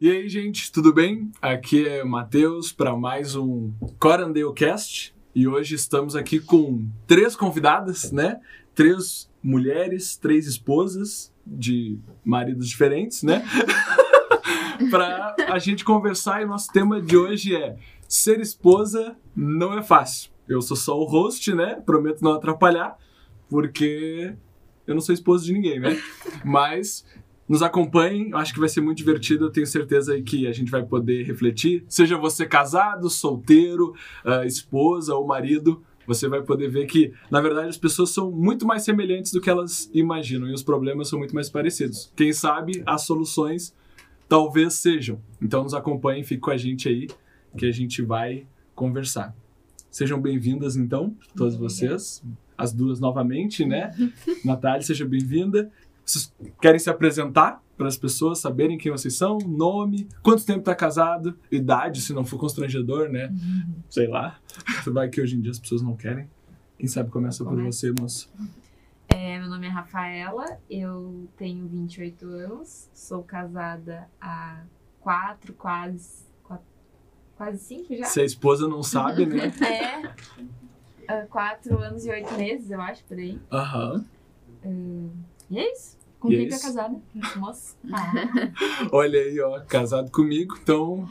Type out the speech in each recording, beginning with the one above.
E aí, gente, tudo bem? Aqui é o Matheus para mais um Corandeilcast. E hoje estamos aqui com três convidadas, né? Três mulheres, três esposas de maridos diferentes, né? para a gente conversar. E o nosso tema de hoje é ser esposa não é fácil. Eu sou só o host, né? Prometo não atrapalhar, porque eu não sou esposa de ninguém, né? Mas nos acompanhem, eu acho que vai ser muito divertido. Eu tenho certeza aí que a gente vai poder refletir. Seja você casado, solteiro, ah, esposa ou marido, você vai poder ver que, na verdade, as pessoas são muito mais semelhantes do que elas imaginam e os problemas são muito mais parecidos. Quem sabe as soluções talvez sejam. Então nos acompanhem, fique com a gente aí que a gente vai conversar. Sejam bem-vindas, então, todas vocês. As duas novamente, né? Natália, seja bem-vinda. Vocês querem se apresentar para as pessoas saberem quem vocês são, nome, quanto tempo tá casado, idade, se não for constrangedor, né? Sei lá. Vai que hoje em dia as pessoas não querem. Quem sabe começa por Começa. você, moça. É, meu nome é Rafaela, eu tenho 28 anos, sou casada há quatro, quase. quatro- quase cinco já? Se a esposa não sabe, né? É. há quatro anos e oito meses, eu acho, por aí. Aham. E é isso. Com E é quem tu é isso. casada? Moço. Olha aí, ó, casado comigo, então.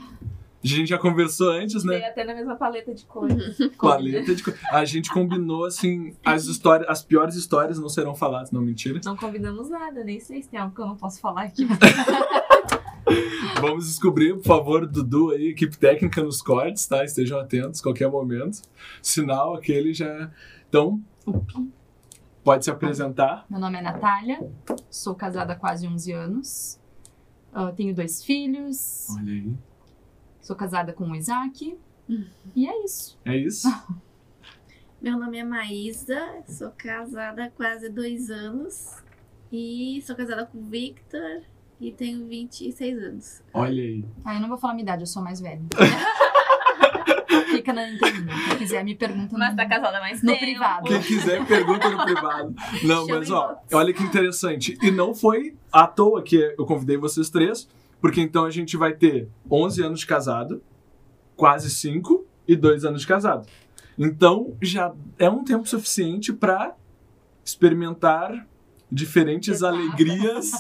A gente já conversou antes, né? Ah, Tem até na mesma paleta de cores. Paleta de co- A gente combinou, assim, as histórias, as piores histórias não serão faladas, não, mentira. Não combinamos nada, nem sei se tem algo que eu não posso falar aqui. Vamos descobrir, por favor, Dudu aí, equipe técnica nos cortes, tá? Estejam atentos, qualquer momento. Sinal aquele já. Então, pode se apresentar. Meu nome é Natália, sou casada há quase 11 anos, ah, tenho dois filhos, Olha aí. sou casada com o Isaac, e é isso. É isso? Uhum. Meu nome é Maísa, sou casada há quase dois anos e sou casada com o Victor e tenho 26 anos. Olha aí. Ah, eu não vou falar minha idade, eu sou mais velha. Fica na internet, quem quiser me pergunta. Mas no- tá casada mais No tempo. privado. Quem quiser, pergunta no privado. Não, Chama mas em ó, olha que interessante. E não foi à toa que eu convidei vocês três, porque então a gente vai ter 11 anos de casado, quase 5 e 2 anos de casado. Então já é um tempo suficiente para experimentar diferentes Exato. alegrias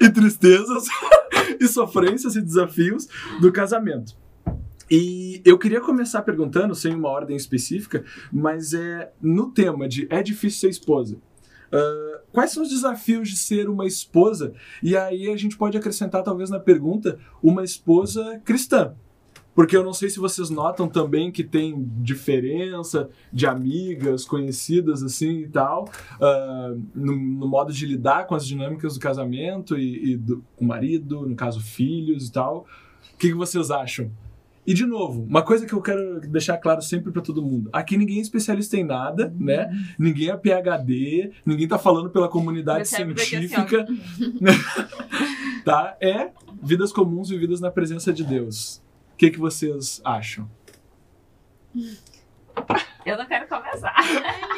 e tristezas e sofrências e desafios do casamento. E eu queria começar perguntando, sem uma ordem específica, mas é no tema de é difícil ser esposa. Ah, quais são os desafios de ser uma esposa? E aí a gente pode acrescentar, talvez, na pergunta, uma esposa cristã. Porque eu não sei se vocês notam também que tem diferença de amigas, conhecidas, assim e tal, ah, no, no modo de lidar com as dinâmicas do casamento e, e do, com o marido, no caso, filhos e tal. O que que vocês acham? E de novo, uma coisa que eu quero deixar claro sempre pra todo mundo. Aqui ninguém é especialista em nada, Uhum. né? Ninguém é PhD, ninguém tá falando pela comunidade Meu cérebro daqui assim, ó. científica. tá? É vidas comuns vividas na presença de Deus. O que, que vocês acham? Eu não quero começar.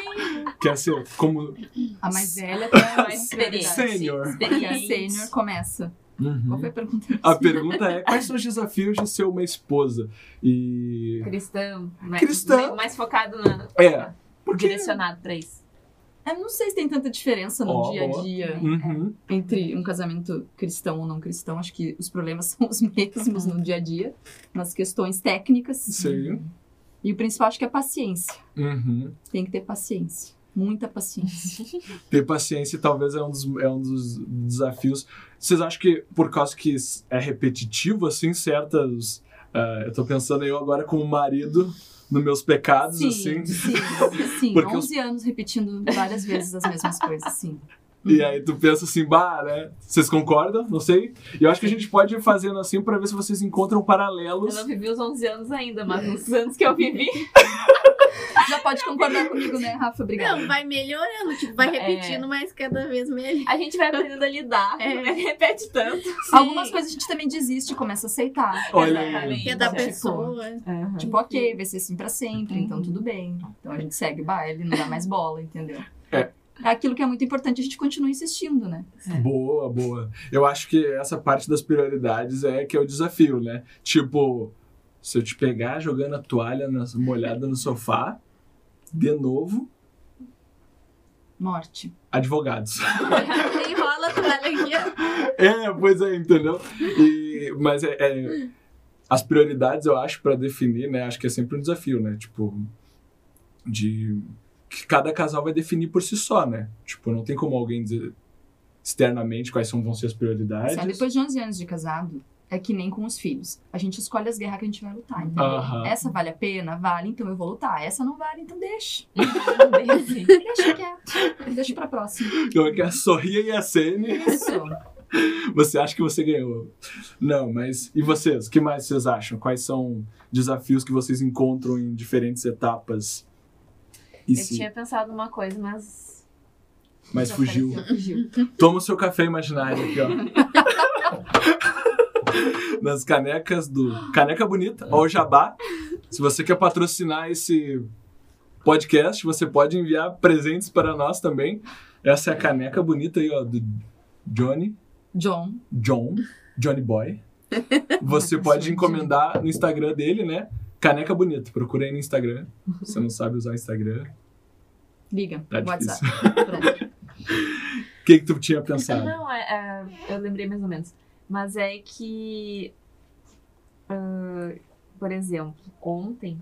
Quer ser como A mais velha É tem a mais Experiência. experiência. sênior? é A sênior começa. Qual Uhum. foi a pergunta? A pergunta é: quais são os desafios de ser uma esposa? E. Cristão. mais- Cristão. Mais focado na. É. Porque. Direcionado pra isso. Eu não sei se tem tanta diferença no Ó, dia a ó. dia Uhum. entre um casamento cristão ou não cristão. Acho que os problemas são os mesmos no dia a dia, nas questões técnicas. Sim. E o principal acho que é a paciência. Uhum. Tem que ter paciência. Muita paciência. Ter paciência talvez é um dos, é um dos desafios. Vocês acham que, por causa que é repetitivo, assim, certas. ah, eu tô pensando eu agora como marido, nos meus pecados, assim. sim, sim. Porque 11 anos repetindo várias vezes as mesmas coisas, sim. E aí tu pensa assim, bah, né? Vocês concordam? Não sei. E eu acho que a gente pode ir fazendo assim pra ver se vocês encontram Eu paralelos. não vivi os 11 anos ainda, mas nos anos que eu vivi. Já pode concordar comigo, né, Rafa? Obrigada. Não, vai melhorando, tipo, vai É. repetindo, mas cada vez melhor. A gente vai aprendendo a lidar. É. né? Repete tanto. Algumas coisas a gente também desiste, começa a aceitar. Olha aí. Exatamente. Uhum. Que é da Tipo, pessoa. Tipo, ok, vai ser assim pra sempre, então tudo bem. Então a gente segue o baile, não dá mais bola, entendeu? É. é aquilo que é muito importante, a gente continua insistindo, né? Boa, boa. Eu acho que essa parte das prioridades é que é o desafio, né? Tipo, se eu te pegar jogando a toalha na- molhada no sofá, de novo, Morte. advogados. Enrola a toalha aqui. É, pois é, entendeu? E, mas é, é, as prioridades, eu acho, pra definir, né? Acho que é sempre um desafio, né? Tipo, de que cada casal vai definir por si só, né? Tipo, não tem como alguém dizer externamente quais são, vão ser as prioridades. Sabe, depois de 11 anos de casado, é que nem com os filhos. A gente escolhe as guerras que a gente vai lutar. Então, Aham. essa vale a pena? Vale, então eu vou lutar. Essa não vale, então deixa. deixa quieto. Deixa pra próxima. Então é que a sorria e a Sene, Isso. você acha que você ganhou. Não, mas. E vocês? O que mais vocês acham? Quais são desafios que vocês encontram em diferentes etapas? E Eu se- tinha um pensado uma coisa, mas. Mas Já fugiu. Fugiu. Toma o seu café imaginário aqui, ó. Nas canecas do. Caneca Bonita, ó, o Jabá. Se você quer patrocinar esse podcast, você pode enviar presentes para nós também. Essa é a caneca bonita aí, ó, do Johnny. John. John, Johnny Boy. Você pode encomendar no Instagram dele, né? Caneca Bonita. Procura aí no Instagram. Se você não sabe usar o Instagram, Liga. tá WhatsApp. difícil. O que, que tu tinha pensado? Não, é, é, eu lembrei mais ou menos. Mas é que. ah, por exemplo, ontem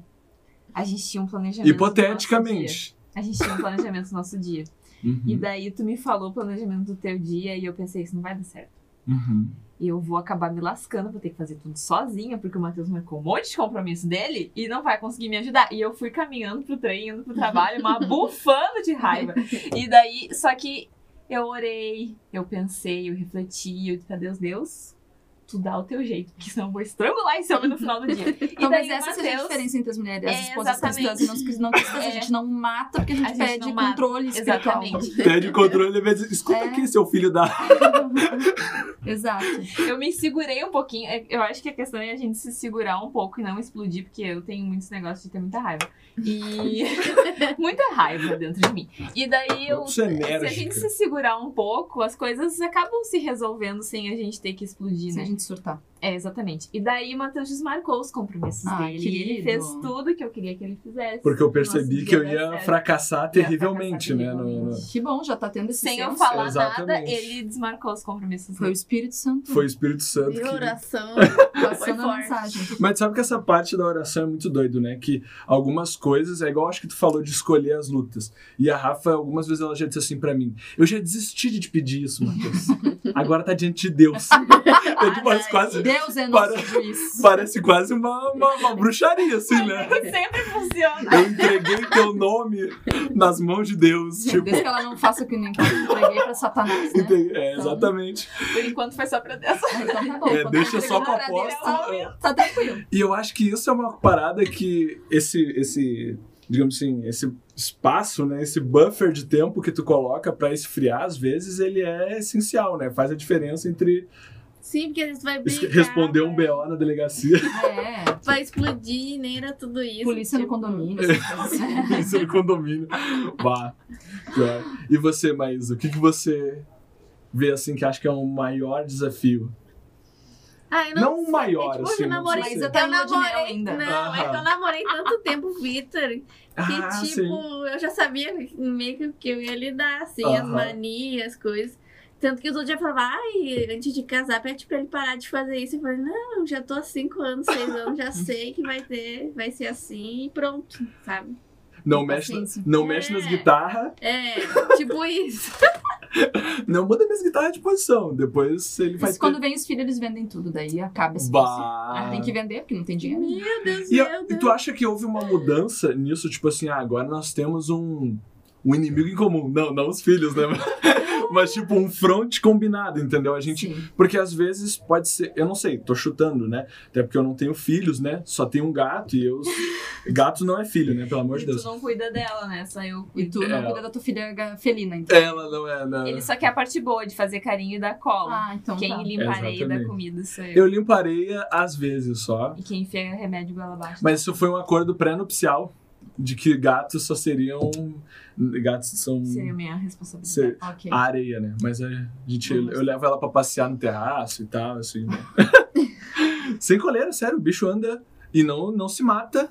a gente tinha um planejamento. do nosso dia. Hipoteticamente. A gente tinha um planejamento do nosso dia. E Uhum, daí tu me falou o planejamento do teu dia e eu pensei, isso não vai dar certo. uhum. E eu vou acabar me lascando, vou ter que fazer tudo sozinha, porque o Matheus marcou um monte de compromisso dele e não vai conseguir me ajudar. E eu fui caminhando pro trem, indo pro trabalho, uma bufando de raiva. E daí, só que eu orei, eu pensei, eu refleti, eu disse, pra Deus, Deus, tu dá o teu jeito, porque senão eu vou estrangular esse homem no final do dia. E daí Talvez o essa seja Então, assim, a Mateus- diferença entre as mulheres, as É, esposas cristãs e não cristãs. não cristãs. A É. gente não mata porque a gente, A gente pede não mata. controle espiritual. Exatamente. Pede o controle, mas escuta É. aqui, seu filho da. Exato. Eu me segurei um pouquinho. É, Eu acho que a questão é a gente se segurar um pouco e não explodir, porque eu tenho muitos negócios de ter muita raiva. E. muita raiva dentro de mim. E daí eu. Você é Se a gente enérgica. se segurar um pouco, as coisas acabam se resolvendo sem a gente ter que explodir, Se a né? gente surtar. É, exatamente. E daí o Matheus desmarcou os compromissos Ai, dele. e Ele querido. fez tudo que eu queria que ele fizesse. Porque eu Nossa, percebi devia que eu dar ia fracassar certo. Ia fracassar terrivelmente, né? no- no- Que bom, já tá tendo esse Sem eu senso. falar nada, Exatamente. ele desmarcou os compromissos Foi o dele. Espírito Santo Foi o Espírito Santo E que oração. Foi passando a forte. mensagem. Mas sabe que essa parte da oração é muito doido, né? Que algumas coisas, é igual acho que tu falou de escolher as lutas. E a Rafa, algumas vezes ela já disse assim pra mim: Eu já desisti de te pedir isso, Matheus. Agora tá diante de Deus. Eu tipo, mas quase. Deus é nosso Para- juiz. Parece quase uma, uma, uma bruxaria, assim, né? Sempre funciona. Eu entreguei teu nome nas mãos de Deus. Tipo, Desde que ela não faça o que nem que eu entreguei pra Satanás, né? ente- é, exatamente. Por enquanto foi só pra Deus. Ah, Então tá bom. É, quando deixa eu só com a entregar pra Deus, aposta. Tá tranquilo. E eu acho que isso é uma parada que esse, esse digamos assim, esse espaço, né, esse buffer de tempo que tu coloca pra esfriar, às vezes, ele é essencial, né? Faz a diferença entre Sim, porque a gente vai es- brigar. responder um BO na delegacia É. Vai explodir, nem era tudo isso. Polícia no tipo. condomínio, É. essas coisas. né? e ser um condomínio. Bah, pior. E você, Maísa, o que, que você vê, assim, que acha que é o maior desafio? Ah, eu não, Não o maior, é, tipo, assim, eu não namorei, precisa Mas ser- eu tô eu lua de mel namorei, né? ainda. não, é que Aham. eu namorei tanto tempo o Vitor, que Ah, tipo, sim. eu já sabia meio que o que eu ia lidar, assim, as Aham. manias, as coisas. Tanto que os outros já falavam, ai, antes de casar, pede pra ele parar de fazer isso. Eu falei, não, já tô há cinco anos, seis anos, já sei que vai ter, vai ser assim e pronto, sabe? Não, mexe, na- paciência. não mexe nas É. guitarras, É, tipo isso. não muda minhas guitarras de posição. Depois ele vai Mas quando vem os filhos, eles vendem tudo, daí acaba esse processo. é Bah. Ah, Tem que vender, porque não tem dinheiro. né? Meu Deus, E, meu e Deus. tu acha que houve uma mudança nisso? Tipo assim, ah, agora nós temos um, um inimigo em comum. Não, não os filhos, né? Mas tipo, um front combinado, entendeu? A gente. Sim. Porque às vezes pode ser. Eu não sei, tô chutando, né? Até porque eu não tenho filhos, né? Só tenho um gato e eu. Gato não é filho, né? Pelo amor de E tu Deus. não cuida dela, né? Só eu E cuido. tu não É. cuida da tua filha ga- felina, então. Ela não é. Não. Ele só quer a parte boa de fazer carinho e dar cola. Ah, então É. quem tá. limpa a areia da Exatamente. comida sou eu. Eu limpo areia às vezes só. E quem enfia remédio goela abaixo. Mas isso foi um acordo pré-nupcial. de que gatos só seriam. Gatos são Seria minha responsabilidade. ser- Ok. a areia, né? Mas a gente, Vamos. eu levo ela pra passear no terraço e tal, assim. né? Sem coleira, sério, o bicho anda e não, não se mata,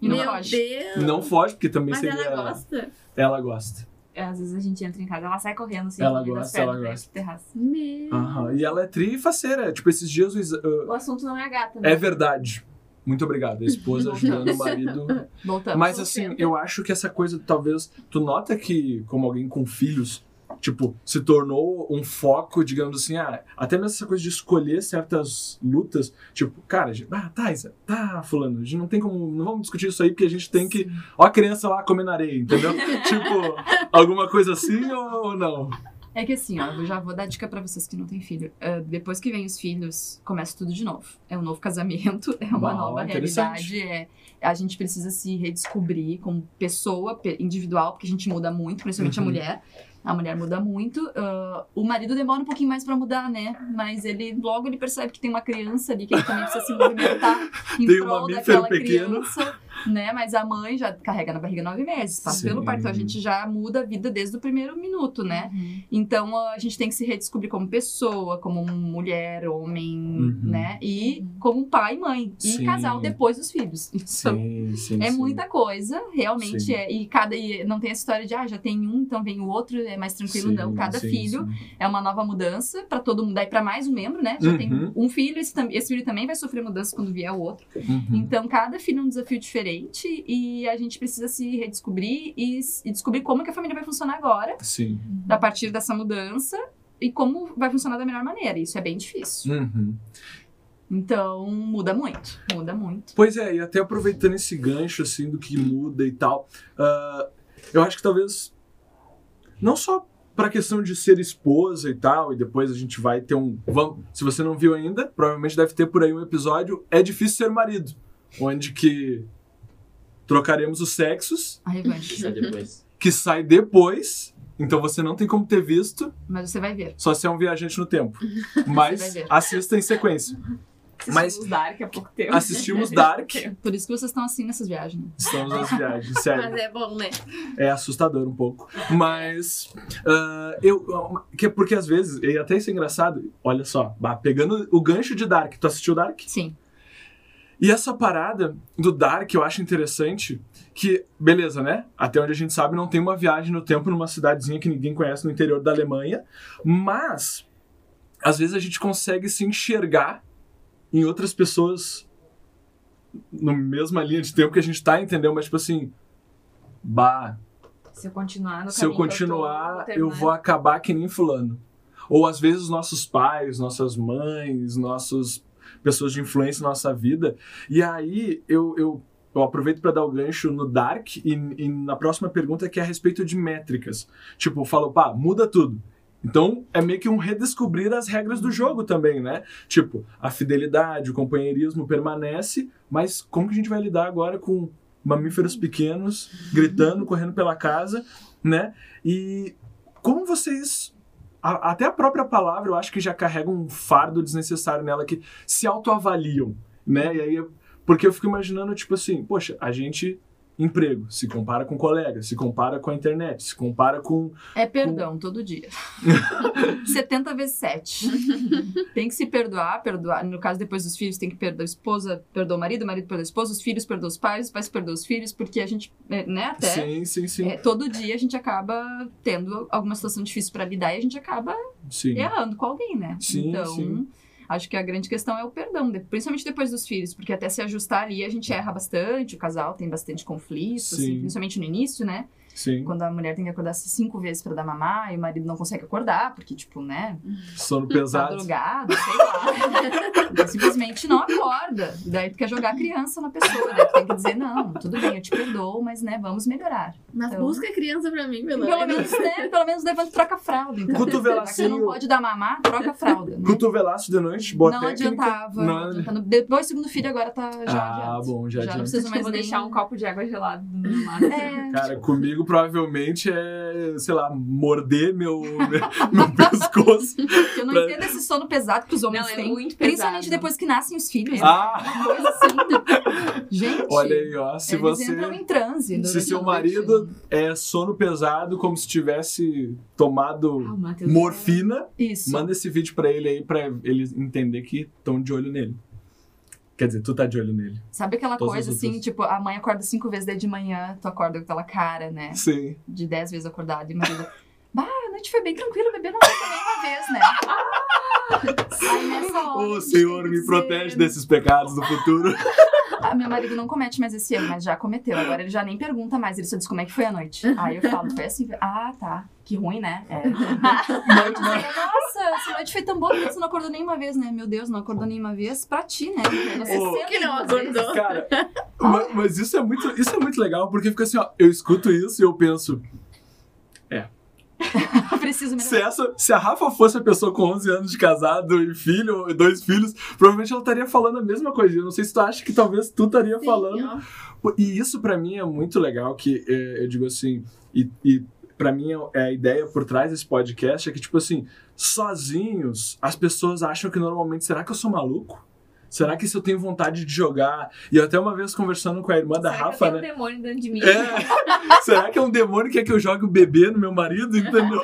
E não Meu foge. Deus! não foge, porque também Mas seria. ela gosta. Ela gosta. É, Às vezes a gente entra em casa, ela sai correndo assim, Ela no meio das gosta, ela pernas, pra ir gosta. pro terraço. Meu. Aham. E ela é tri e faceira. Tipo, esses dias o Isa- uh, O assunto não é a gata, né? É verdade. Muito obrigado. A esposa ajudando o marido. Voltamos. Mas assim, eu acho que essa coisa, talvez. Tu nota que, como alguém com filhos, tipo, se tornou um foco, digamos assim, ah, até mesmo essa coisa de escolher certas lutas. Tipo, cara, a gente- ah, tá, Isa, tá, Fulano, a gente não tem como. Não vamos discutir isso aí, porque a gente tem que. Ó, a criança lá comendo areia, entendeu? tipo, alguma coisa assim ou não? É que assim, ó, eu já vou dar dica pra vocês que não têm filho. Ah, depois que vem os filhos, começa tudo de novo. É um novo casamento, é uma Uau, nova interessante. realidade. É, a gente precisa se redescobrir como pessoa pe- individual, porque a gente muda muito, principalmente Uhum. a mulher. A mulher muda muito. ah, o marido demora um pouquinho mais pra mudar, né? Mas ele logo ele percebe que tem uma criança ali que ele também precisa se movimentar em Tem um prol mamífero daquela pequeno. criança. Né? Mas a mãe já carrega na barriga nove meses. Passa Sim. pelo parto, então a gente já muda a vida desde o primeiro minuto, né? Uhum. Então a gente tem que se redescobrir como pessoa, como mulher, homem, Uhum. né? E Uhum. como pai e mãe. E Sim. casal depois dos filhos. Então, Sim, sim. é sim. muita coisa, realmente Sim. é. E cada e não tem essa história de ah, já tem um, então vem o outro, é mais tranquilo Sim, não. Cada sim, filho sim. é uma nova mudança pra todo mundo, daí pra mais um membro, né? Já Uhum. tem um filho, esse, tam- esse filho também vai sofrer mudança quando vier o outro. Uhum. Então, cada filho é um desafio diferente e a gente precisa se redescobrir e, s- e descobrir como que a família vai funcionar agora Sim. a partir dessa mudança e como vai funcionar da melhor maneira. Isso é bem difícil. Uhum. Então, muda muito. Muda muito. Pois é, e até aproveitando esse gancho, assim, do que muda e tal, ah, eu acho que talvez, não só pra questão de ser esposa e tal, e depois a gente vai ter um... Vamos, se você não viu ainda, provavelmente deve ter por aí um episódio É Difícil Ser Marido, onde que trocaremos os sexos, A revanche. Isso é depois. que sai depois... Então você não tem como ter visto, Mas você vai ver. só se é um viajante no tempo. Você vai Mas ver. assista em sequência. Mas- Assistimos Dark há pouco tempo. Assistimos Dark, Por isso que vocês estão assim nessas viagens. estamos nas viagens, sério. Mas é bom, né? É assustador um pouco. Mas. ah, eu. que- porque às vezes, e até isso é engraçado, olha só, bah, pegando o gancho de Dark, tu assistiu Dark? Sim. E essa parada do Dark eu acho interessante, que, beleza, né? Até onde a gente sabe, não tem uma viagem no tempo numa cidadezinha que ninguém conhece no interior da Alemanha, mas às vezes a gente consegue se enxergar em outras pessoas na mesma linha de tempo que a gente tá, entendeu? Mas tipo assim, bah, Se eu continuar no se eu caminho que continuar, tô, eu vou acabar que nem fulano. Ou às vezes nossos pais, nossas mães, nossas pessoas de influência na nossa vida. E aí eu, eu, eu aproveito para dar o gancho no Dark e, e na próxima pergunta que é a respeito de métricas. Tipo, eu falo, pá, muda tudo. Então, é meio que um redescobrir as regras do jogo também, né? Tipo, a fidelidade, o companheirismo permanece, mas como que a gente vai lidar agora com mamíferos pequenos gritando, correndo pela casa, né? E como vocês. a- até a própria palavra eu acho que já carrega um fardo desnecessário nela que se autoavaliam, né? E aí, eu- porque eu fico imaginando, tipo assim, poxa, a gente. Emprego, se compara com colega, se compara com a internet, se compara com. É perdão todo dia. 70 vezes 7. tem que se perdoar, perdoar. No caso, depois dos filhos, tem que perdoar a esposa, perdoa o marido, o marido perdoa a esposa, os filhos perdoam os pais, os pais perdoam os filhos, porque a gente, é, né, até. Sim, sim, sim. é, todo dia a gente acaba tendo alguma situação difícil pra lidar e a gente acaba sim. errando com alguém, né? Sim, então, sim. acho que a grande questão é o perdão, de- principalmente depois dos filhos, porque até se ajustar ali a gente erra bastante, o casal tem bastante conflito, Sim. assim, principalmente no início, né? Sim, Quando a mulher tem que acordar cinco vezes pra dar mamar e o marido não consegue acordar, porque, tipo, né? sono Tá pesado. drogado, sei lá. Então, Simplesmente não acorda. E daí tu quer jogar a criança na pessoa, né? Tu tem que dizer, não, tudo bem, eu te perdoo, mas, né, vamos melhorar. Mas Então. busca a criança pra mim, É pelo Pelo menos. menos, né? Pelo menos levanta e troca a fralda, então. Já que você não Cotovelacinho, pode dar mamar, troca a fralda. né? cotovelaço de noite, boa não técnica. adiantava. Não- não adiantava. Depois, segundo filho, agora tá já Ah, adianta. bom, já Já adianta. não precisa Preciso mais mais nem- deixar um copo de água gelado no lado. É, Cara, comigo castigo provavelmente é, sei lá, morder meu, meu pescoço. Porque eu não Pra- entendo esse sono pesado que os homens Não, é têm. muito principalmente pesado. depois que nascem os filhos. né? Ah, Coisa assim. Gente. olha aí, ó. Se eles você. entram em transe. durante Se seu a noite. marido é sono pesado, como se tivesse Ah, tomado o Matheus- morfina, Isso. manda esse vídeo pra ele aí, pra ele entender que estão de olho nele. Quer dizer, tu tá de olho nele. Sabe aquela Todas coisa as assim, outras. tipo, a mãe acorda cinco vezes daí de manhã, tu acorda com aquela cara, né? Sim. De dez vezes acordada e marido. Bah, a noite foi bem tranquila, o bebê não veio também uma vez, né? Aí nessa hora. a Ô, gente Senhor, tem que me dizer- protege desses pecados do futuro. Ah, meu marido não comete mais esse erro, mas já cometeu. Agora ele já nem pergunta mais, ele só diz como é que foi a noite. Aí eu falo, foi assim. Ah, tá. Que ruim, né? É. Mas, mas- Nossa, essa noite foi tão boa, porque você não acordou nenhuma vez, né? Meu Deus, não acordou nenhuma vez pra ti, né? Você Ô. senta Que não às vezes. acordou. cara, ma- mas, isso, é muito, isso é muito legal, porque fica assim, ó, eu escuto isso e eu penso, Preciso se, melhorar. essa, se a Rafa fosse a pessoa com 11 anos de casado e filho, e dois filhos, provavelmente ela estaria falando a mesma coisa. Eu não sei se tu acha que talvez tu estaria falando Sim, ó. Pô, E isso pra mim é muito legal, que é, eu digo assim, e, e para mim é- é a ideia por trás desse podcast é que, tipo assim, sozinhos as pessoas acham que normalmente, será que eu sou maluco? Será que se eu tenho vontade de jogar? E eu até uma vez conversando com a irmã da Será Rafa, que eu tenho né? um demônio dentro de mim? É. será que é um demônio que quer que eu jogue o bebê no meu marido, entendeu?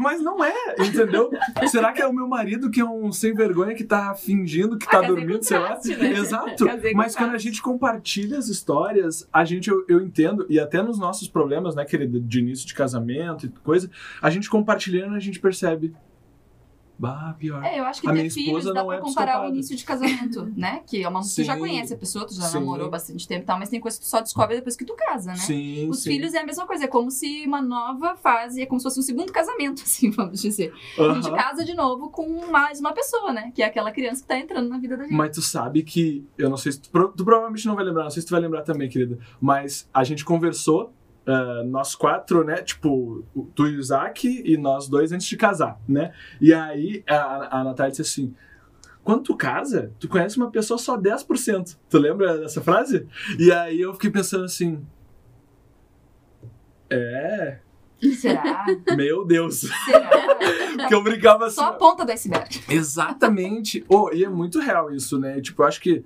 Mas não é, entendeu? Será que é o meu marido que é um sem vergonha que tá fingindo que Ah, tá quer dizer, dormindo, sei lá? contraste, né? Exato. Quer Mas dizer, contraste. quando a gente compartilha as histórias, a gente, eu, eu entendo, e até nos nossos problemas, né, querida, de início de casamento e coisa, a gente compartilhando, a gente percebe. Bah, pior. É, eu acho que A minha ter esposa filhos dá não pra é comparar o psicopada. início de casamento, né? Que é uma tu já Sim. conhece a pessoa, tu já Sim. namorou bastante tempo e tal, mas tem coisa que tu só descobre depois que tu casa, né? Sim, Os sim. filhos é a mesma coisa, é como se uma nova fase, é como se fosse um segundo casamento, assim, vamos dizer. A gente Aham. casa de novo com mais uma pessoa, né? Que é aquela criança que tá entrando na vida da gente. Mas tu sabe que, eu não sei se tu, pro- tu provavelmente não vai lembrar, não sei se tu vai lembrar também, querida, mas a gente conversou, ah, nós quatro, né, tipo, o- tu e o Isaac e nós dois antes de casar, né? E aí a, a Natália disse assim, quando tu casa, tu conhece uma pessoa só 10%. Tu lembra dessa frase? E aí eu fiquei pensando assim, é, Será? meu Deus, Será? que eu brincava assim. Só a ponta do iceberg. Exatamente. oh, e é muito real isso, né? Tipo, eu acho que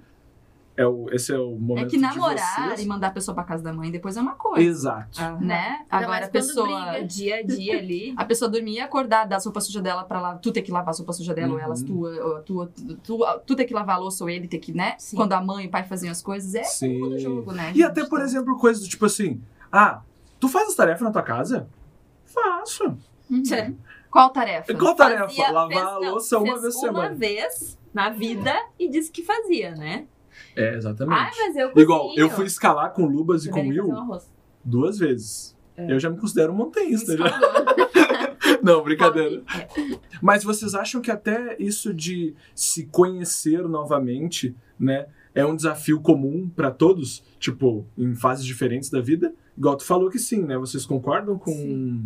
é o, esse é o É momento que namorar de e vocês. mandar a pessoa pra casa da mãe depois é uma coisa, Exato. É, né? Ainda Agora mais a quando pessoa briga. Ah, Dia a dia ali. A pessoa dormir e acordar, dar a sopa suja dela pra lá, tu ter que lavar a sopa suja dela, ou Uhum. elas, tu, ou tu, tu, tu, tu ter que lavar a louça, ou ele ter que, né? Sim. Quando a mãe e o pai faziam as coisas, é todo Sim. jogo, né? E até, por exemplo, coisas do tipo assim: ah, tu faz as tarefas na tua casa? Faço. exemplo. Uhum. Qual tarefa? Qual tarefa? Fazia- Lavar fez- a não, louça uma fez vez por Uma semana. vez na vida e disse que fazia, né? É, Ah, exatamente. mas eu cozinho. Igual, eu fui escalar com Lubas e Eu com deveria Will fazer um arroz. duas vezes. É. Eu já me considero um montanhista. Já. Escalou. Não, brincadeira. É. Mas vocês acham que até isso de se conhecer novamente, né, é um desafio comum pra todos, tipo, em fases diferentes da vida? Igual tu falou que sim, né? Vocês concordam com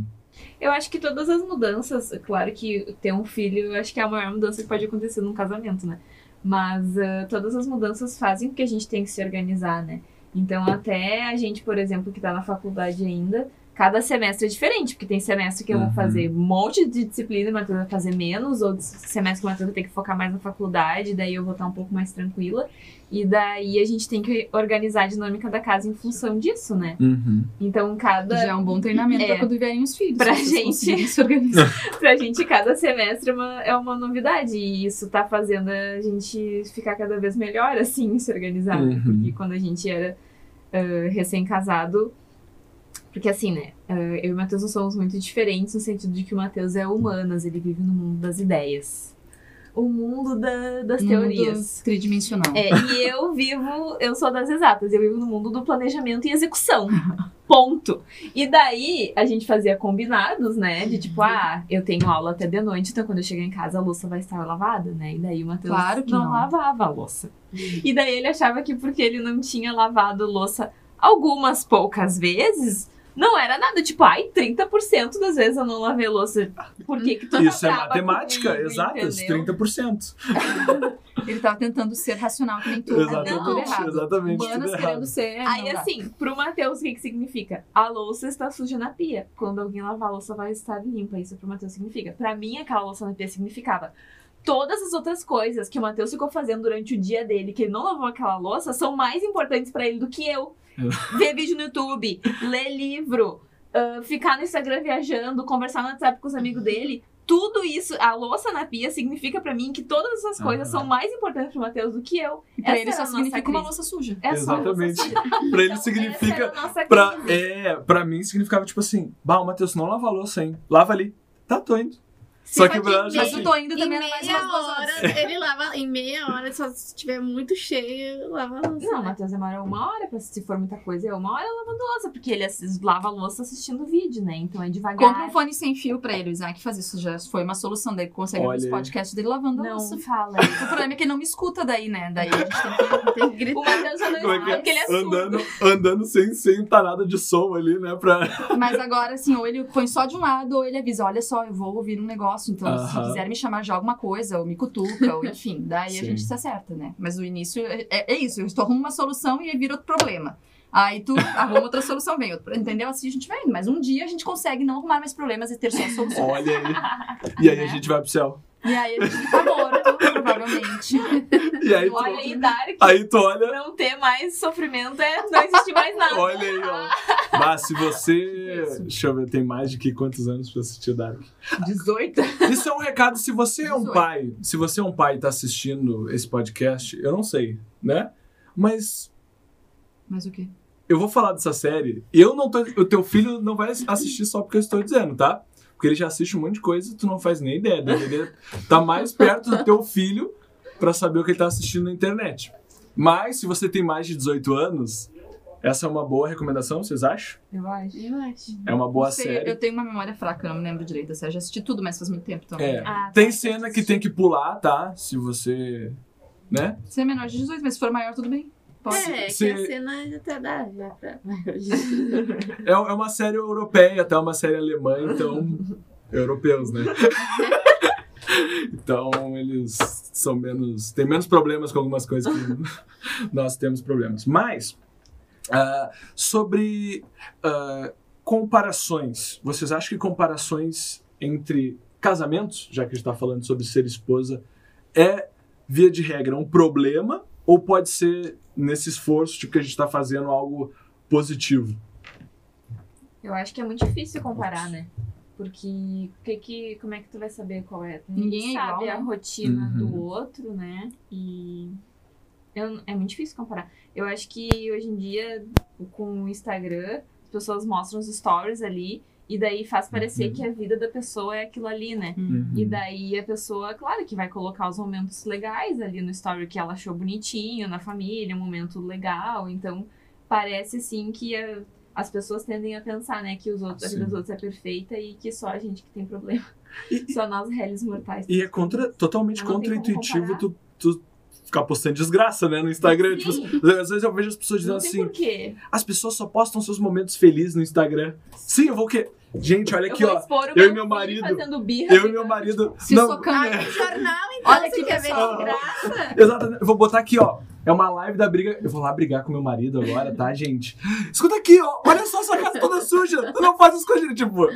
Eu acho que todas as mudanças, claro que ter um filho, eu acho que é a maior mudança que pode acontecer num casamento, né? Mas ah, todas as mudanças fazem com que a gente tem que se organizar, né? Então até a gente, por exemplo, que tá na faculdade ainda, cada semestre é diferente, porque tem semestre que eu vou Uhum. fazer um monte de disciplina e o Matheus vai fazer menos, ou semestre que o Matheus vai ter que focar mais na faculdade, daí eu vou estar um pouco mais tranquila. E daí a gente tem que organizar a dinâmica da casa em função disso, né? Uhum, Então cada Já é um bom treinamento pra É. quando vierem os filhos. Pra vocês gente. conseguirem se organizar. pra gente, cada semestre é uma, é uma novidade. E isso tá fazendo a gente ficar cada vez melhor, assim, se organizar. né? Uhum. Porque quando a gente era ah, recém-casado. Porque assim, né? ah, eu e o Matheus não somos muito diferentes no sentido de que o Matheus é humanas, ele vive no mundo das ideias. O mundo da- das Um teorias. mundo Tridimensional. É, e eu vivo, eu sou das exatas, eu vivo no mundo do planejamento e execução. Ponto. E daí a gente fazia combinados, né? De tipo, ah, eu tenho aula até de noite, então quando eu chegar em casa a louça vai estar lavada, né? E daí o Matheus Claro que não, não. lavava a louça. E daí ele achava que porque ele não tinha lavado louça algumas poucas vezes. Não era nada, tipo, ai, 30% das vezes eu não lavei louça. Por que que tu tá Isso é brava matemática, comigo, exatas, entendeu? 30%. Ele tava tentando ser racional que nem é, tu. Exatamente, Deu tudo errado. exatamente. Humanas tudo querendo errado. ser. né? Aí, não dá. assim, pro Matheus, o que, que significa? A louça está suja na pia. Quando alguém lavar a louça, vai estar limpa. Isso pro Matheus significa. Pra mim, aquela louça na pia significava. Todas as outras coisas que o Matheus ficou fazendo durante o dia dele, que ele não lavou aquela louça, são mais importantes pra ele do que eu. Ver vídeo no YouTube, ler livro, ah, ficar no Instagram viajando, conversar no WhatsApp com os amigos dele. Tudo isso, a louça na pia, significa pra mim que todas essas coisas Aham. são mais importantes pro Matheus do que eu. E pra Essa ele era só a nossa significa uma crise. louça suja. É só louça Exatamente. suja. Pra ele Então, essa significa. era a nossa Pra, crise. é, pra mim significava tipo assim: Bah, o Matheus não lava a louça, hein? Lava ali. Tá, tô indo. Só que pra ela já Mas Sim. o tô indo Em também era mais meia umas duas horas. hora, ele lava. Em meia hora, só se tiver muito cheio, lava a louça. né? Não, Matheus demora uma hora, pra, se for muita coisa, é uma hora lavando louça, porque ele assis- lava a louça assistindo vídeo, né? Então é Compra um devagar. fone sem fio pra ele, o Isaac faz isso. Já foi uma solução dele. Consegue ouvir Olha os aí. podcasts dele lavando a Não louça. fala. O problema é que ele não me escuta daí, né? Daí a gente tem que. Tem que gritar. O Matheus já não Como é escuta que é? porque ele é surdo. Andando, andando sem, sem tarada de som ali, né? Pra... Mas agora, assim, ou ele põe só de um lado, ou ele avisa: olha só, eu vou ouvir um negócio, então se Aham. quiser me chamar de alguma coisa, ou me cutuca, ou enfim, daí a Sim. gente se acerta, né? Mas o início é, é- é isso, eu estou arrumo uma solução e aí vira outro problema. Aí tu arruma outra solução, vem outro, entendeu? Assim a gente vai indo, mas um dia a gente consegue não arrumar mais problemas e ter só soluções. Olha aí. E aí Né? a gente vai pro céu. E aí a gente fica morto, provavelmente. E aí tu, Olha aí, Dark. aí tu olha. Não ter mais sofrimento é não existir mais nada. Olha aí, Ah. ó. Bah, se você. Isso. Deixa eu ver, tem mais de que quantos anos pra assistir o Dark? 18. Isso é um recado. Se você é um 18. pai, se você é um pai e tá assistindo esse podcast, eu não sei, né? Mas Mas o quê? eu vou falar dessa série. Eu não tô. O teu filho não vai assistir só porque eu estou dizendo, tá? Porque ele já assiste um monte de coisa e tu não faz nem ideia. Deveria tá mais perto do teu filho pra saber o que ele tá assistindo na internet. Mas se você tem mais de 18 anos, essa é uma boa recomendação, vocês acham? Eu acho. Eu acho. É uma boa Não sei, série. Eu tenho uma memória fraca, eu não me lembro direito. Assim, eu já assisti tudo, mas faz muito tempo. Então. É. Ah, Tem tá. cena que tem que pular, tá? Se você. Né? Você é menor de 18, mas se for maior, tudo bem. Pode. É, que se- a cena já tá dá já pra. É, é uma série europeia, tá? Uma série alemã, então. europeus, né? então eles são menos. Tem menos problemas com algumas coisas que nós temos problemas. Mas. ah, sobre ah, comparações. Vocês acham que comparações entre casamentos, já que a gente tá falando sobre ser esposa, é, via de regra, um problema? Ou pode ser nesse esforço de que a gente tá fazendo algo positivo? Eu acho que é muito difícil comparar, né? Porque que que, como é que tu vai saber qual é? Ninguém é igual, sabe né? a rotina Uhum. do outro, né? E eu- é muito difícil comparar. Eu acho que hoje em dia, com o Instagram, as pessoas mostram os stories ali e daí faz parecer Uhum. que a vida da pessoa é aquilo ali, né? Hum. E daí a pessoa, claro que vai colocar os momentos legais ali no story que ela achou bonitinho, na família, um momento legal. Então, parece sim que a- as pessoas tendem a pensar, né, que os outros, a vida Sim. dos outros é perfeita e que só a gente que tem problema. E- só nós, réis mortais. E é contra, totalmente Não tem contraintuitivo como tu, tu ficar postando desgraça, né? No Instagram. Tipo, Sim. às vezes eu vejo as pessoas dizendo Não tem assim: porquê. as pessoas só postam seus momentos felizes no Instagram. Sim, eu vou é que. Gente, olha aqui, eu vou ó. expor o eu meu e meu filho marido- fazendo birra. Eu e meu marido. Se não, socando. Ai, no jornal, então Olha você aqui, quer ver pessoal. de graça? exatamente. Eu vou botar aqui, ó. É uma live da briga. Eu vou lá brigar com meu marido agora, tá, gente? Escuta aqui, ó. Olha só sua casa toda suja. Tu não faz as coisas. Tipo,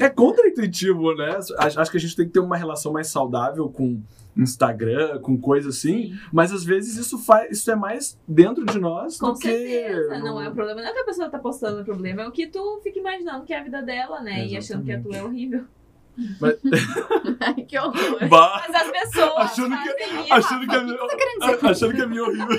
é contraintuitivo, né? Acho acho que a gente tem que ter uma relação mais saudável com Instagram, com coisa assim. Mas às vezes isso faz, isso é mais dentro de nós Com do certeza, que não é o problema. Não é o que a pessoa tá postando o problema, é o que tu fica imaginando que é a vida dela, né? E achando que a tua é horrível. Ai, né? que horror. é? Bah, Mas as pessoas Achando que- fazem isso. achando que é minha, tá achando que é minha horrível.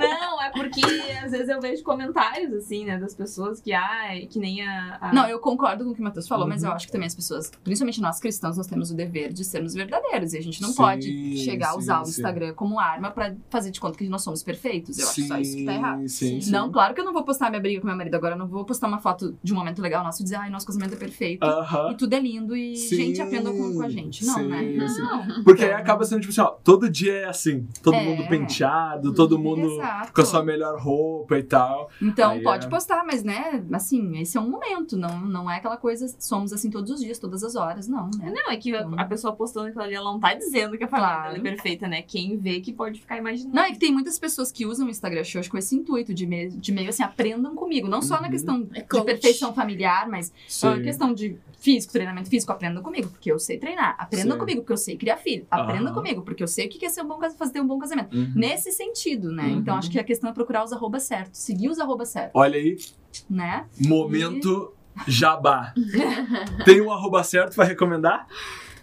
Não, é porque às vezes eu vejo comentários, assim, né, das pessoas que, ai, que nem a. a- Não, eu concordo com o que o Matheus falou, mas Uhum. eu acho que também as pessoas, principalmente nós cristãos, nós temos o dever de sermos verdadeiros. E a gente não Sim, pode chegar a usar o sim, sim. Instagram como arma pra fazer de conta que nós somos perfeitos. Eu acho só isso que tá errado. Sim, sim. Não, claro que eu não vou postar minha briga com meu marido agora, eu não vou postar uma foto de um momento legal nosso e dizer, ai, nosso casamento é perfeito. Aham. E tudo é lindo e sobre Sim, gente aprendam com, com a gente. Não, sim, né? sim. Não. Porque aí acaba sendo tipo assim, ó, todo dia é assim. Todo É. Uhum. mundo penteado, todo mundo Exato. com a sua melhor roupa e tal. Então, Aí pode é- postar, mas, né, assim, esse é um momento. Não, não é aquela coisa, somos assim todos os dias, todas as horas, não, né? Não, é que a, a pessoa postando aquilo ali, ela não tá dizendo que a família Claro. dela é perfeita, né? Quem vê que pode ficar imaginando. Não, é que tem muitas pessoas que usam o Instagram Shows com esse intuito de, me- de meio assim, aprendam comigo. Não só na Uhum. questão É de coach. perfeição familiar, mas só na Sim. questão de físico, treinamento físico, aprendam comigo, porque eu sei treinar. Aprendam Sim. comigo, porque eu sei criar filho. Aprendam Aham. comigo, porque eu sei o que que é ser um bom cas- fazer um bom casamento. Uhum. Nesse sentido, né? Uhum. Então acho que a questão é procurar os arroba certos, seguir os arroba certos, Olha aí, né? momento jabá. Tem um arroba certo pra recomendar?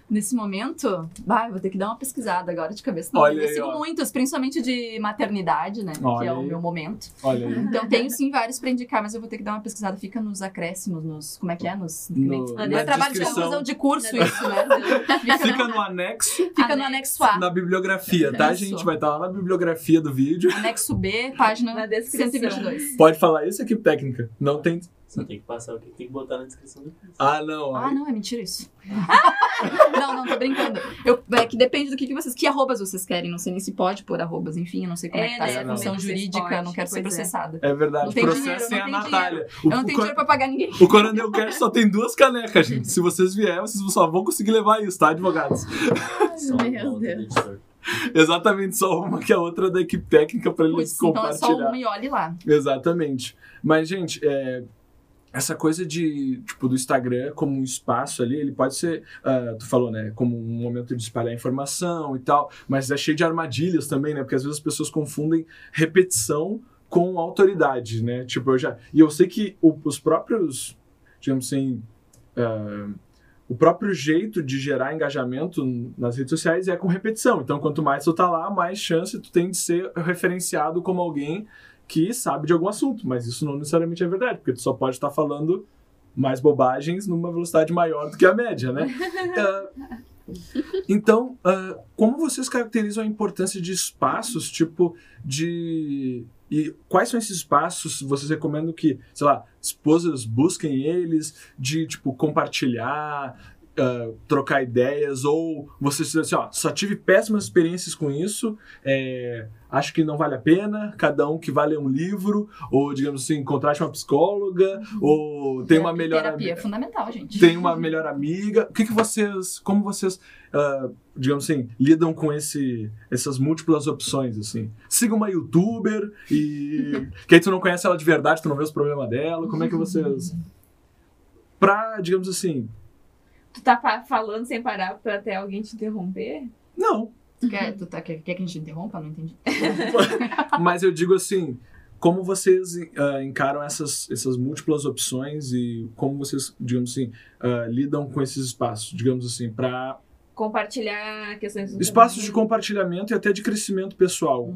Nesse momento, bah, eu vou ter que dar uma pesquisada agora de cabeça. Olha eu aí, sigo ó. muitos, principalmente de maternidade, né? que Olha é o aí. meu momento. Olha aí. Então tenho sim vários pra indicar, mas eu vou ter que dar uma pesquisada. Fica nos acréscimos, nos. Como é que é? Nos. No- é na trabalho de descrição. conclusão de curso, isso, né? Fica no anexo, Fica no anexo A. na bibliografia, tá, Isso. gente? Vai estar lá na bibliografia do vídeo. Anexo B, página Na descrição. 122. Pode falar isso aqui, técnica. Não tem. Só tem que passar o que tem que botar na descrição do vídeo. Ah, não. Ah, aí- não, é mentira isso. Ah! não, não, tô brincando. Eu- é que depende do que, que vocês. Que arrobas vocês querem? Não sei nem se pode pôr arrobas, enfim, eu não sei como É, é, que tá né, essa não. função Não sei se jurídica, pode, não quero pois é. ser processada. É Não verdade. tem Processem dinheiro, a não tem Natália. Eu não tenho dinheiro pra pagar ninguém. O Coronel Cash só tem duas canecas, gente. Se vocês vierem, vocês só vão conseguir levar isso, tá, advogados? Meu Só uma outra do Deus. editor. Exatamente, só uma que a outra é da equipe técnica pra eles Putz, então é só compartilhar. uma e olhe lá. Exatamente. Mas, gente, é, essa coisa de, tipo, do Instagram como um espaço ali, ele pode ser, ah, tu falou, né, como um momento de espalhar informação e tal, mas é cheio de armadilhas também, né, porque às vezes as pessoas confundem repetição com autoridade, né, tipo, eu já... E eu sei que o- os próprios, digamos assim... ah, o próprio jeito de gerar engajamento nas redes sociais é com repetição. Então, quanto mais tu tá lá, mais chance tu tem de ser referenciado como alguém que sabe de algum assunto, mas isso não necessariamente é verdade, porque tu só pode estar falando mais bobagens numa velocidade maior do que a média, né? Ah, então, ah, como vocês caracterizam a importância de espaços, tipo, de. E quais são esses espaços? Vocês recomendam que, sei lá, esposas busquem eles, de, tipo, compartilhar, ah, trocar ideias, ou vocês dizem assim, ó, só tive péssimas experiências com isso, é, acho que não vale a pena, cada um que vale um livro, ou, digamos assim, contrate uma psicóloga, ou tem uma Uhum. Terapia- melhor Terapia amiga é fundamental, gente. tem uma melhor amiga. O que, que vocês, como vocês, ah, digamos assim, lidam com esse, essas múltiplas opções assim? Siga uma YouTuber e que aí tu não conhece ela de verdade, tu não vê os problemas dela. Como é que vocês? Pra, digamos assim, Tu tá fa- falando sem parar pra até alguém te interromper? não. Tu quer, tu tá- quer- quer que a gente interrompa? Não entendi. Mas eu digo assim. Como vocês ah, encaram essas, essas múltiplas opções e como vocês, digamos assim, ah, lidam com esses espaços, digamos assim, para Compartilhar questões do espaços de trabalho. compartilhamento e até de crescimento pessoal.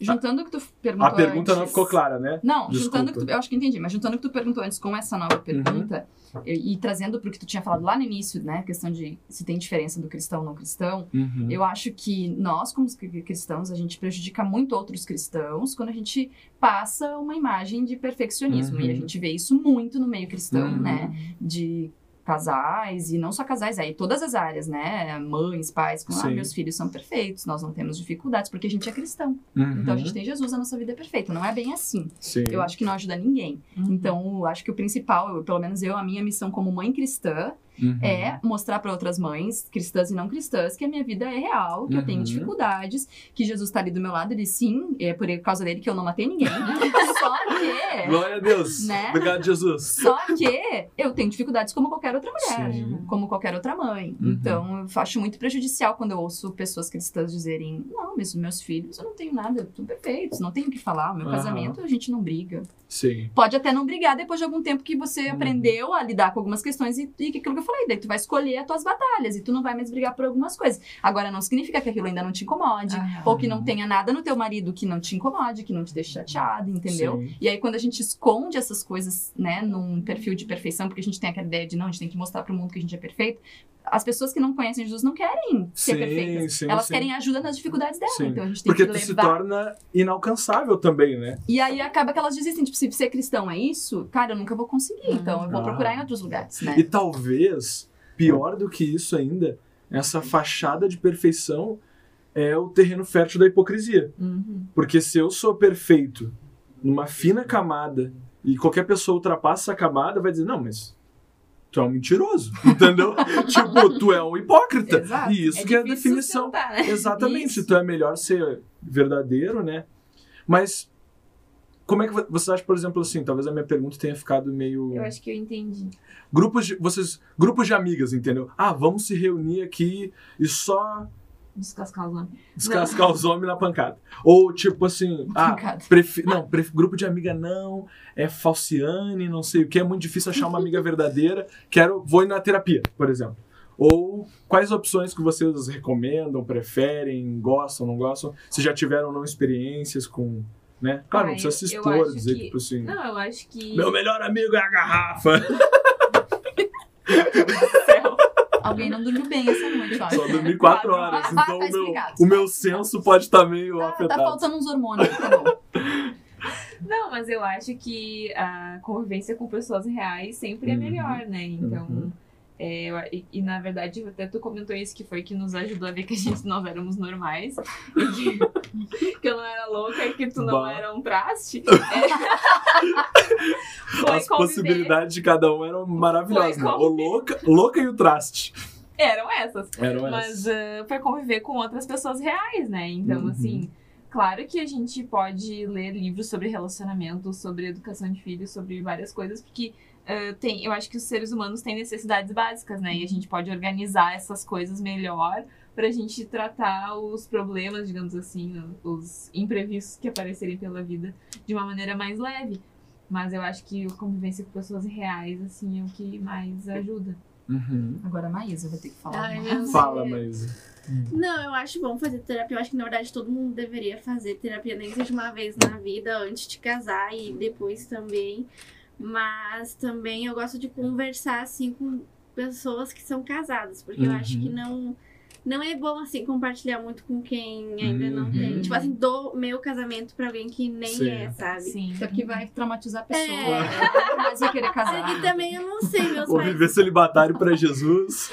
Juntando o que tu perguntou. A pergunta não antes- ficou clara, né? Não, Desculpa. Uhum. juntando o que tu, eu acho que entendi, mas juntando o que tu perguntou antes com essa nova pergunta e, e trazendo pro que tu tinha falado lá no início, né, a questão de se tem diferença do cristão ou não cristão, Uhum. eu acho que nós, como cri- cristãos, a gente prejudica muito outros cristãos quando a gente passa uma imagem de perfeccionismo. Uhum. E a gente vê isso muito no meio cristão, Uhum. né? De casais, e não só casais, aí todas as áreas, né? Mães, pais, com, ah, Sim. meus filhos são perfeitos, nós não temos dificuldades, porque a gente é cristão. Uhum. Então a gente tem Jesus, a nossa vida é perfeita. Não é bem assim. Sim. Eu acho que não ajuda ninguém. Uhum. Então, eu acho que o principal, eu- pelo menos eu, a minha missão como mãe cristã, Uhum. é mostrar para outras mães, cristãs e não cristãs, que a minha vida é real, que eu tenho Uhum. dificuldades, que Jesus tá ali do meu lado, ele sim, é por causa dele que eu não matei ninguém. só que, Glória a Deus. Né? Obrigado, Jesus. só que eu tenho dificuldades como qualquer outra mulher, Sim. como qualquer outra mãe. Uhum. Então, eu acho muito prejudicial quando eu ouço pessoas cristãs dizerem: "Não, mas meus filhos, eu não tenho nada, eu tô perfeitos, não tenho o que falar, o meu Aham. casamento a gente não briga". Sim. Pode até não brigar depois de algum tempo que você Uhum. aprendeu a lidar com algumas questões e, e aquilo que eu falei, daí tu vai escolher as tuas batalhas e tu não vai mais brigar por algumas coisas. Agora, não significa que aquilo ainda não te incomode, Ah. ou que não tenha nada no teu marido que não te incomode, que não te deixe chateado, entendeu? Sim. E aí, quando a gente esconde essas coisas, né, num perfil de perfeição, porque a gente tem aquela ideia de não, a gente tem que mostrar pro mundo que a gente é perfeito, as pessoas que não conhecem Jesus não querem ser Sim, perfeitas. sim, Elas sim. querem ajuda nas dificuldades dela. Sim. Então a gente tem Porque que tu se levar torna inalcançável também, né? e aí acaba que elas desistem, tipo se ser cristão é isso, cara, eu nunca vou conseguir. Então eu vou Ah. procurar em outros lugares, né? E talvez, pior do que isso ainda, essa fachada de perfeição é o terreno fértil da hipocrisia. Uhum. Porque se eu sou perfeito numa fina camada e qualquer pessoa ultrapassa essa camada, vai dizer, não, mas tu é um mentiroso, entendeu? tipo, tu é um hipócrita. Exato. E isso É que é a difícil definição. sustentar, né? Exatamente, Isso. então é melhor ser verdadeiro, né? Mas como é que vo- você acha, por exemplo, assim, talvez a minha pergunta tenha ficado meio Eu acho que eu entendi. grupos de vocês, grupos de amigas, entendeu? Ah, vamos se reunir aqui e só Descascar os homens. descascar os homens na pancada. Ou tipo assim, ah, Pancada. prefi- não, prefi- grupo de amiga não, é falciane, não sei o que, é muito difícil achar uma amiga verdadeira. Quero, vou ir na terapia, por exemplo. Ou quais opções que vocês recomendam, preferem, gostam, não gostam? Se já tiveram ou não experiências com, né? Claro, não Ah, precisa se eu- eu expor, acho dizer que- tipo assim, Não, eu acho que. meu melhor amigo é a garrafa. Alguém não dormiu bem essa noite, ó. Só dormi 4 Quatro. horas, Ah, então tá o, meu, explicado. o meu senso pode estar meio Tá, tá afetado. faltando uns hormônios, tá bom. Não, mas eu acho que a convivência com pessoas reais sempre é Uhum. melhor, né? Então. Uhum. é, eu- e, e, na verdade, até tu comentou isso, que foi que nos ajudou a ver que a gente nós éramos normais, e que, que eu não era louca e que tu não Bah. era um traste. É. foi As conviver. possibilidades de cada um eram maravilhosas. Foi né? O conviver. louca, louca e o traste. Eram essas. Eram Mas essas. ah, foi conviver com outras pessoas reais, né? Então, Uhum. assim, claro que a gente pode ler livros sobre relacionamento, sobre educação de filhos, sobre várias coisas, porque ah, tem, eu acho que os seres humanos têm necessidades básicas, né? E a gente pode organizar essas coisas melhor pra gente tratar os problemas, digamos assim, os imprevistos que aparecerem pela vida de uma maneira mais leve. Mas eu acho que a convivência com pessoas reais, assim, é o que mais ajuda. Uhum. Agora a Maísa vai ter que falar. Ai, é alguma meu coisa. Fala, Deus. mas. Não, eu acho bom fazer terapia. Eu acho que, na verdade, todo mundo deveria fazer terapia, nem que seja uma vez na vida, antes de casar e depois também. Mas também eu gosto de conversar, assim, com pessoas que são casadas, porque eu acho Uhum. que não. Não é bom, assim, compartilhar muito com quem ainda não tem. Uhum. Tipo assim, do meu casamento pra alguém que nem Sim. é, sabe? Sim. Até porque vai traumatizar a pessoa. É. Ela mais vai querer casar. E também eu não sei, meus Ou pais viver celibatário pra Jesus.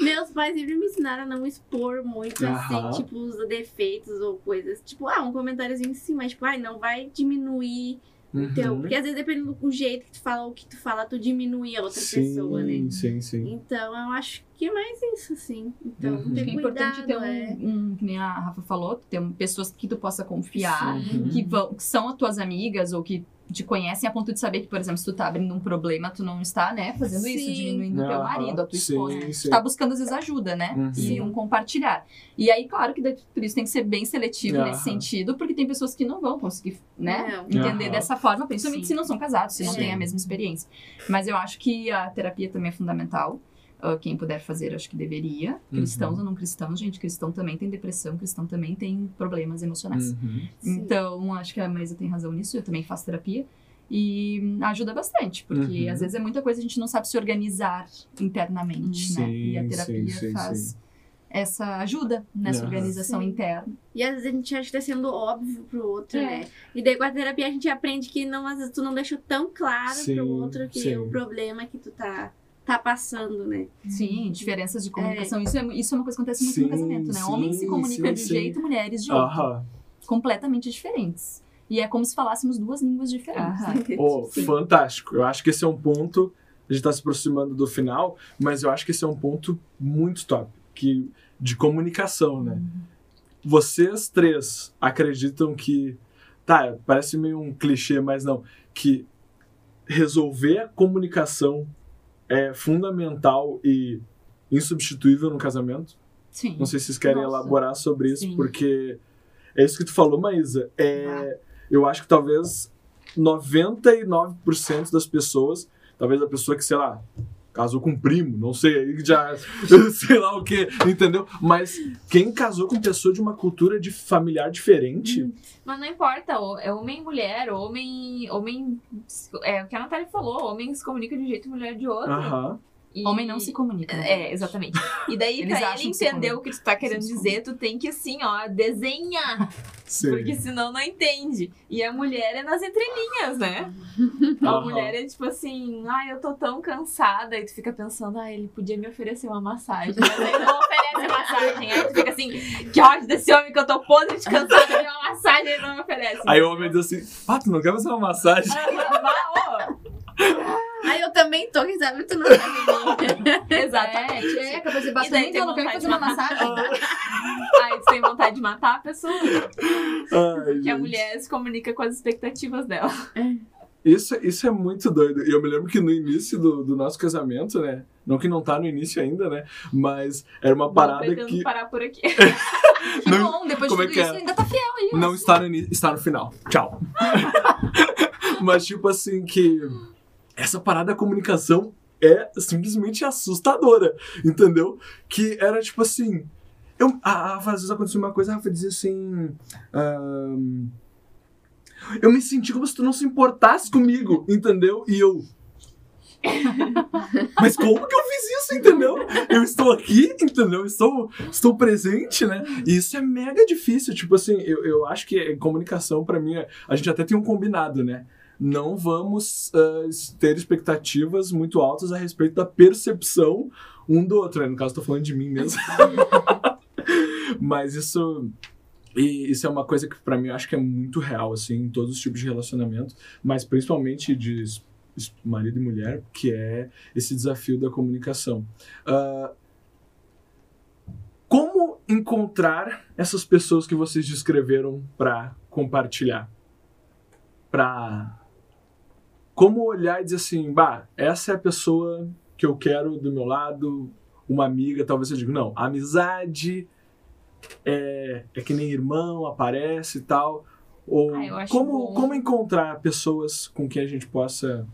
Meus pais sempre me ensinaram a não expor muito, Aham. assim, tipo, os defeitos ou coisas. Tipo, ah, um comentáriozinho sim, mas tipo, ai, não vai diminuir. Então, Uhum. porque às vezes dependendo do jeito que tu fala ou que tu fala, tu diminui a outra sim, pessoa, né? sim, sim. Então, eu acho que é mais isso, assim. Então, Uhum. ter Acho que é importante cuidado, ter um, é. um- que nem a Rafa falou, ter um- pessoas que tu possa confiar, Sim. que, vão, que são as tuas amigas ou que te conhecem a ponto de saber que, por exemplo, se tu tá abrindo um problema, tu não está, né, fazendo isso, Sim. diminuindo o teu Aham, marido, a tua sim, esposa. né? sim. Tu tá buscando, às vezes, ajuda, né? Uhum. E um compartilhar. E aí, claro que daí por isso tem que ser bem seletivo Aham. nesse sentido, porque tem pessoas que não vão conseguir, né? Não. Entender Aham. dessa forma, principalmente Sim. se não são casados, se não Sim. têm a mesma experiência. Mas eu acho que a terapia também é fundamental. Ah, quem puder fazer, acho que deveria. Uhum. Cristãos ou não cristãos, gente, cristão também tem depressão, cristão também tem problemas emocionais. Uhum. Sim. Então, acho que a Maísa tem razão nisso, eu também faço terapia. E hum, ajuda bastante, porque Uhum. às vezes é muita coisa, a gente não sabe se organizar internamente, né? Sim, E a terapia sim, sim, faz sim. essa ajuda nessa Aham. organização Sim. interna. E às vezes a gente acha que tá sendo óbvio pro outro, É. né? E daí com a terapia a gente aprende que não, às vezes tu não deixou tão claro Sim, pro outro que é sim. o problema que tu tá, tá passando, né? Sim, diferenças de comunicação. Isso, é, isso é uma coisa que acontece muito Sim, no casamento, né? sim, Homens se comunicam sim, de um sim. jeito, mulheres de outro. Aham. Completamente diferentes. E é como se falássemos duas línguas diferentes. né? Aham. Oh, fantástico. Eu acho que esse é um ponto. A gente está se aproximando do final, mas eu acho que esse é um ponto muito top que, de comunicação, né? Vocês três acreditam que. Tá, parece meio um clichê, mas não. Que resolver a comunicação é fundamental e insubstituível no casamento? Sim. Não sei se vocês querem Nossa. elaborar sobre isso, Sim. porque é isso que tu falou, Maísa. É, eu acho que talvez 99% das pessoas, talvez a pessoa que, sei lá, casou com um primo, não sei, aí já, sei lá o que, entendeu? Mas quem casou com pessoa de uma cultura de familiar diferente, Hum, Mas não importa, o- é homem e mulher, Ah. homem. homem é o que a Natália falou, homem se comunica de um jeito e mulher de outro. aham, E- Homem não se comunica. né? É, exatamente. E daí, Eles pra acham ele que se entender o que tu tá querendo se dizer, tu tem que, assim, ó, desenhar. Sim. Porque senão não entende. E a mulher é nas entrelinhas, né? A Aham. mulher é tipo assim, ai, eu tô tão cansada. E tu fica pensando, ai, ele podia me oferecer uma massagem. Mas ele não oferece massagem. Aí tu fica assim, que ódio desse homem que eu tô podre de cansada de uma massagem ele não me oferece. Aí o homem diz assim: Ah, tu não quer fazer uma massagem? Ah, vá, ô. Aí eu também tô, quem sabe tu não sabe de mim. Exatamente. É, é capaz de E bater daí nem tem eu não quero vontade de fazer uma matar. massagem. Aí tu tem vontade de matar a pessoa. Ai, Que a gente. mulher se comunica com as expectativas dela. Isso, isso é muito doido. E eu me lembro que no início do, do nosso casamento, né? Não que não tá no início ainda, né? Mas era uma parada pretendo que parar por aqui. Que Não- bom, depois de como é tudo que isso, é? ainda tá fiel aí. ó. não está no início, está no final. Tchau. Mas tipo assim que essa parada da comunicação é simplesmente assustadora, entendeu? Que era tipo assim, eu, a, a, às vezes acontecia uma coisa, a Rafa dizia assim, ahn, eu me senti como se tu não se importasse comigo, entendeu? E eu Mas como que eu fiz isso, entendeu? Eu estou aqui, entendeu? Eu Estou, estou presente, né? E isso é mega difícil. Tipo assim, eu, eu acho que eh, comunicação, pra mim, é- a gente até tem um combinado, né? Não vamos ah, es- ter expectativas muito altas a respeito da percepção um do outro. Né? No caso, tô falando de mim mesmo. Mas isso. E isso é uma coisa que, pra mim, eu acho que é muito real, assim, em todos os tipos de relacionamento, mas principalmente de es- es- marido e mulher, que é esse desafio da comunicação. Ah, como encontrar essas pessoas que vocês descreveram para compartilhar? Para como olhar e dizer assim, bah, essa é a pessoa que eu quero do meu lado, uma amiga, talvez eu diga, não, a amizade é, é que nem irmão, aparece e tal. Ou Ah, eu acho como, bom. como encontrar pessoas com quem a gente possa.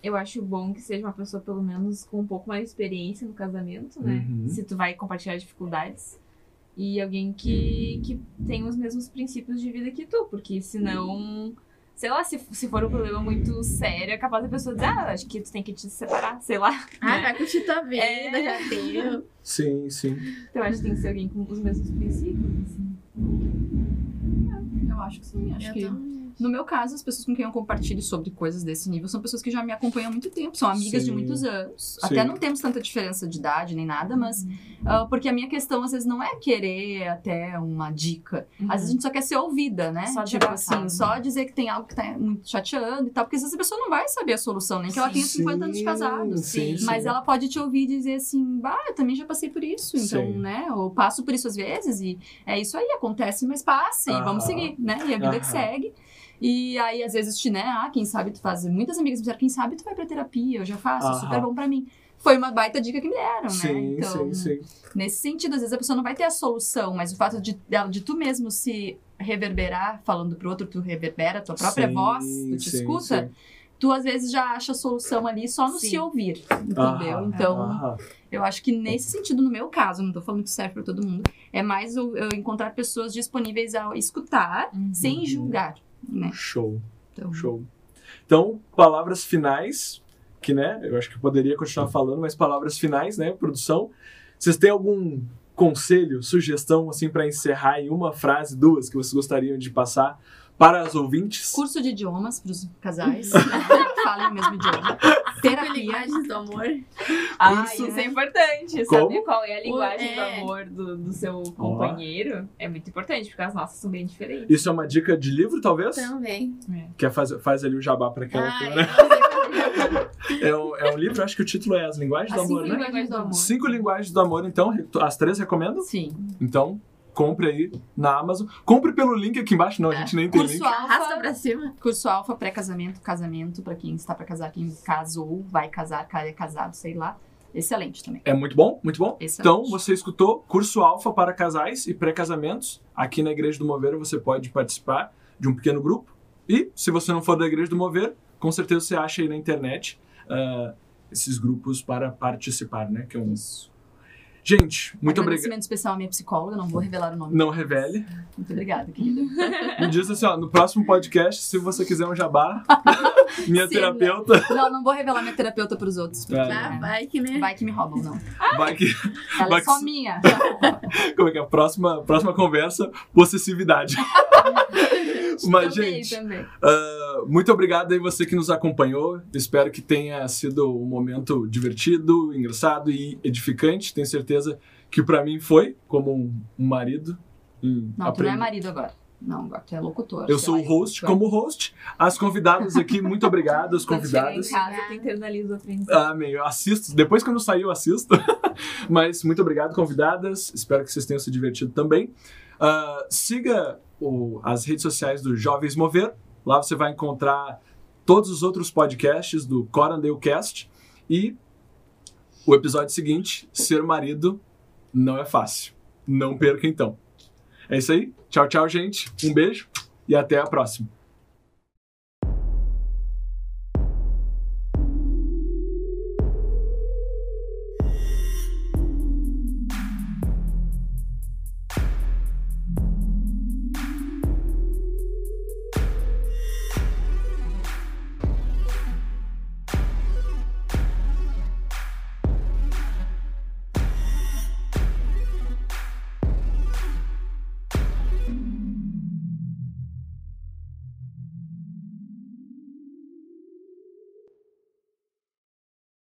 Eu acho bom que seja uma pessoa, pelo menos, com um pouco mais de experiência no casamento, né? Uhum. Se tu vai compartilhar dificuldades. E alguém que, que tem os mesmos princípios de vida que tu, porque senão. Sei lá, se, se for um problema muito sério, é capaz da pessoa dizer, ah, acho que tu tem que te separar, sei lá. Ah, vai curtir tua vida, É. já tenho. Sim, sim. Então acho que tem que ser alguém com os mesmos princípios. assim. Eu acho que sim, acho Eu que. também. No meu caso, as pessoas com quem eu compartilho sobre coisas desse nível são pessoas que já me acompanham há muito tempo, são amigas Sim. de muitos anos. Até Sim. não temos tanta diferença de idade nem nada, mas. ah, porque a minha questão, às vezes, não é querer até uma dica. Às vezes a gente só quer ser ouvida, né? Uhum. Só tipo desabafar, assim, né? só dizer que tem algo que tá muito chateando e tal, porque às vezes a pessoa não vai saber a solução, nem que ela tenha 50 anos de casado. assim, Sim, sim. Mas ela pode te ouvir dizer assim, bah, eu também já passei por isso, então, Sim. né? Ou passo por isso às vezes e é isso aí, acontece, mas passa e Aham. vamos seguir, né? E a vida Aham. que segue. E aí, às vezes, te, né? Ah, quem sabe tu faz. Muitas amigas me disseram, quem sabe tu vai pra terapia, eu já faço, é Aham. super bom pra mim. Foi uma baita dica que me deram, né? Sim, sim, Então, sim. nesse sentido, às vezes a pessoa não vai ter a solução, mas o fato de, dela- de tu mesmo se reverberar falando pro outro, tu reverbera a tua própria Sim, voz, tu te sim, escuta, sim. tu às vezes já acha a solução ali só no Sim. se ouvir, entendeu? Aham, então, aham. eu acho que nesse sentido, no meu caso, não tô falando que serve pra todo mundo, é mais eu, eu encontrar pessoas disponíveis a escutar Uhum. sem julgar, né? Show, Então, Uhum. show. Então, palavras finais, que né, eu acho que eu poderia continuar falando, mas palavras finais, né, produção. Vocês têm algum conselho, sugestão, assim, para encerrar em uma frase, duas, que vocês gostariam de passar para as ouvintes? curso de idiomas pros casais, Uhum. que falem o mesmo idioma. Terapia, Linguagens do amor. Ah, Isso- isso, é importante. Como? Saber qual é a linguagem do é. amor do, do seu companheiro é muito importante, porque as nossas são bem diferentes. Isso é uma dica de livro, talvez? Então. Também. Quer fazer, faz ali o jabá para aquela Ah, câmera. eu não sei. É um, é um livro, acho que o título é As Linguagens as do cinco Amor, né? linguagens do amor. Cinco Linguagens do Amor, então, re- as três recomendam? Sim. Então, compre aí na Amazon. Compre pelo link aqui embaixo. Não, a gente nem tem link. É, Curso Arrasta alfa, pra cima. curso alfa pré-casamento, casamento, pra quem está pra casar, quem casou, vai casar, é casado, sei lá. Excelente também. É muito bom, muito bom. Excelente. Então, você escutou curso alfa para casais e pré-casamentos. Aqui na Igreja do Mover você pode participar de um pequeno grupo. E, se você não for da Igreja do Mover, com certeza você acha aí na internet ah, esses grupos para participar, né? Que é um... Gente, muito obrigado. Agradecimento especial à minha psicóloga, não vou revelar o nome. Não revele. Muito obrigada, querida. Me diz assim, ó, no próximo podcast, se você quiser um jabá, minha né? Se terapeuta Não, não vou revelar minha terapeuta pros outros. porque, Ah, né, vai que, né? Vai que me roubam, não. vai que. Ela Vai é que só se- minha. Como é que é? Próxima, próxima conversa, possessividade. Mas, também, gente, também. ah, muito obrigado aí você que nos acompanhou. Espero que tenha sido um momento divertido, engraçado e edificante. Tenho certeza que pra mim foi, como um um marido. hum, Não, tu não é aprendi- marido agora. Não, agora tu é locutor. Eu sei sou lá, o host, locutor. como host. As convidadas aqui, muito obrigado, Tá as convidadas. Quando chegar em casa, tu internaliza o aprendizado. Amém. Eu tá, assisto. Depois quando eu sair, eu assisto. Mas muito obrigado, convidadas. Espero que vocês tenham se divertido também. Ah, siga o- as redes sociais do Jovens Mover. Lá você vai encontrar todos os outros podcasts do Corandale Cast. E o episódio seguinte, Ser Marido Não É Fácil. Não perca então. É isso aí. Tchau, tchau, gente. Um beijo e até a próxima.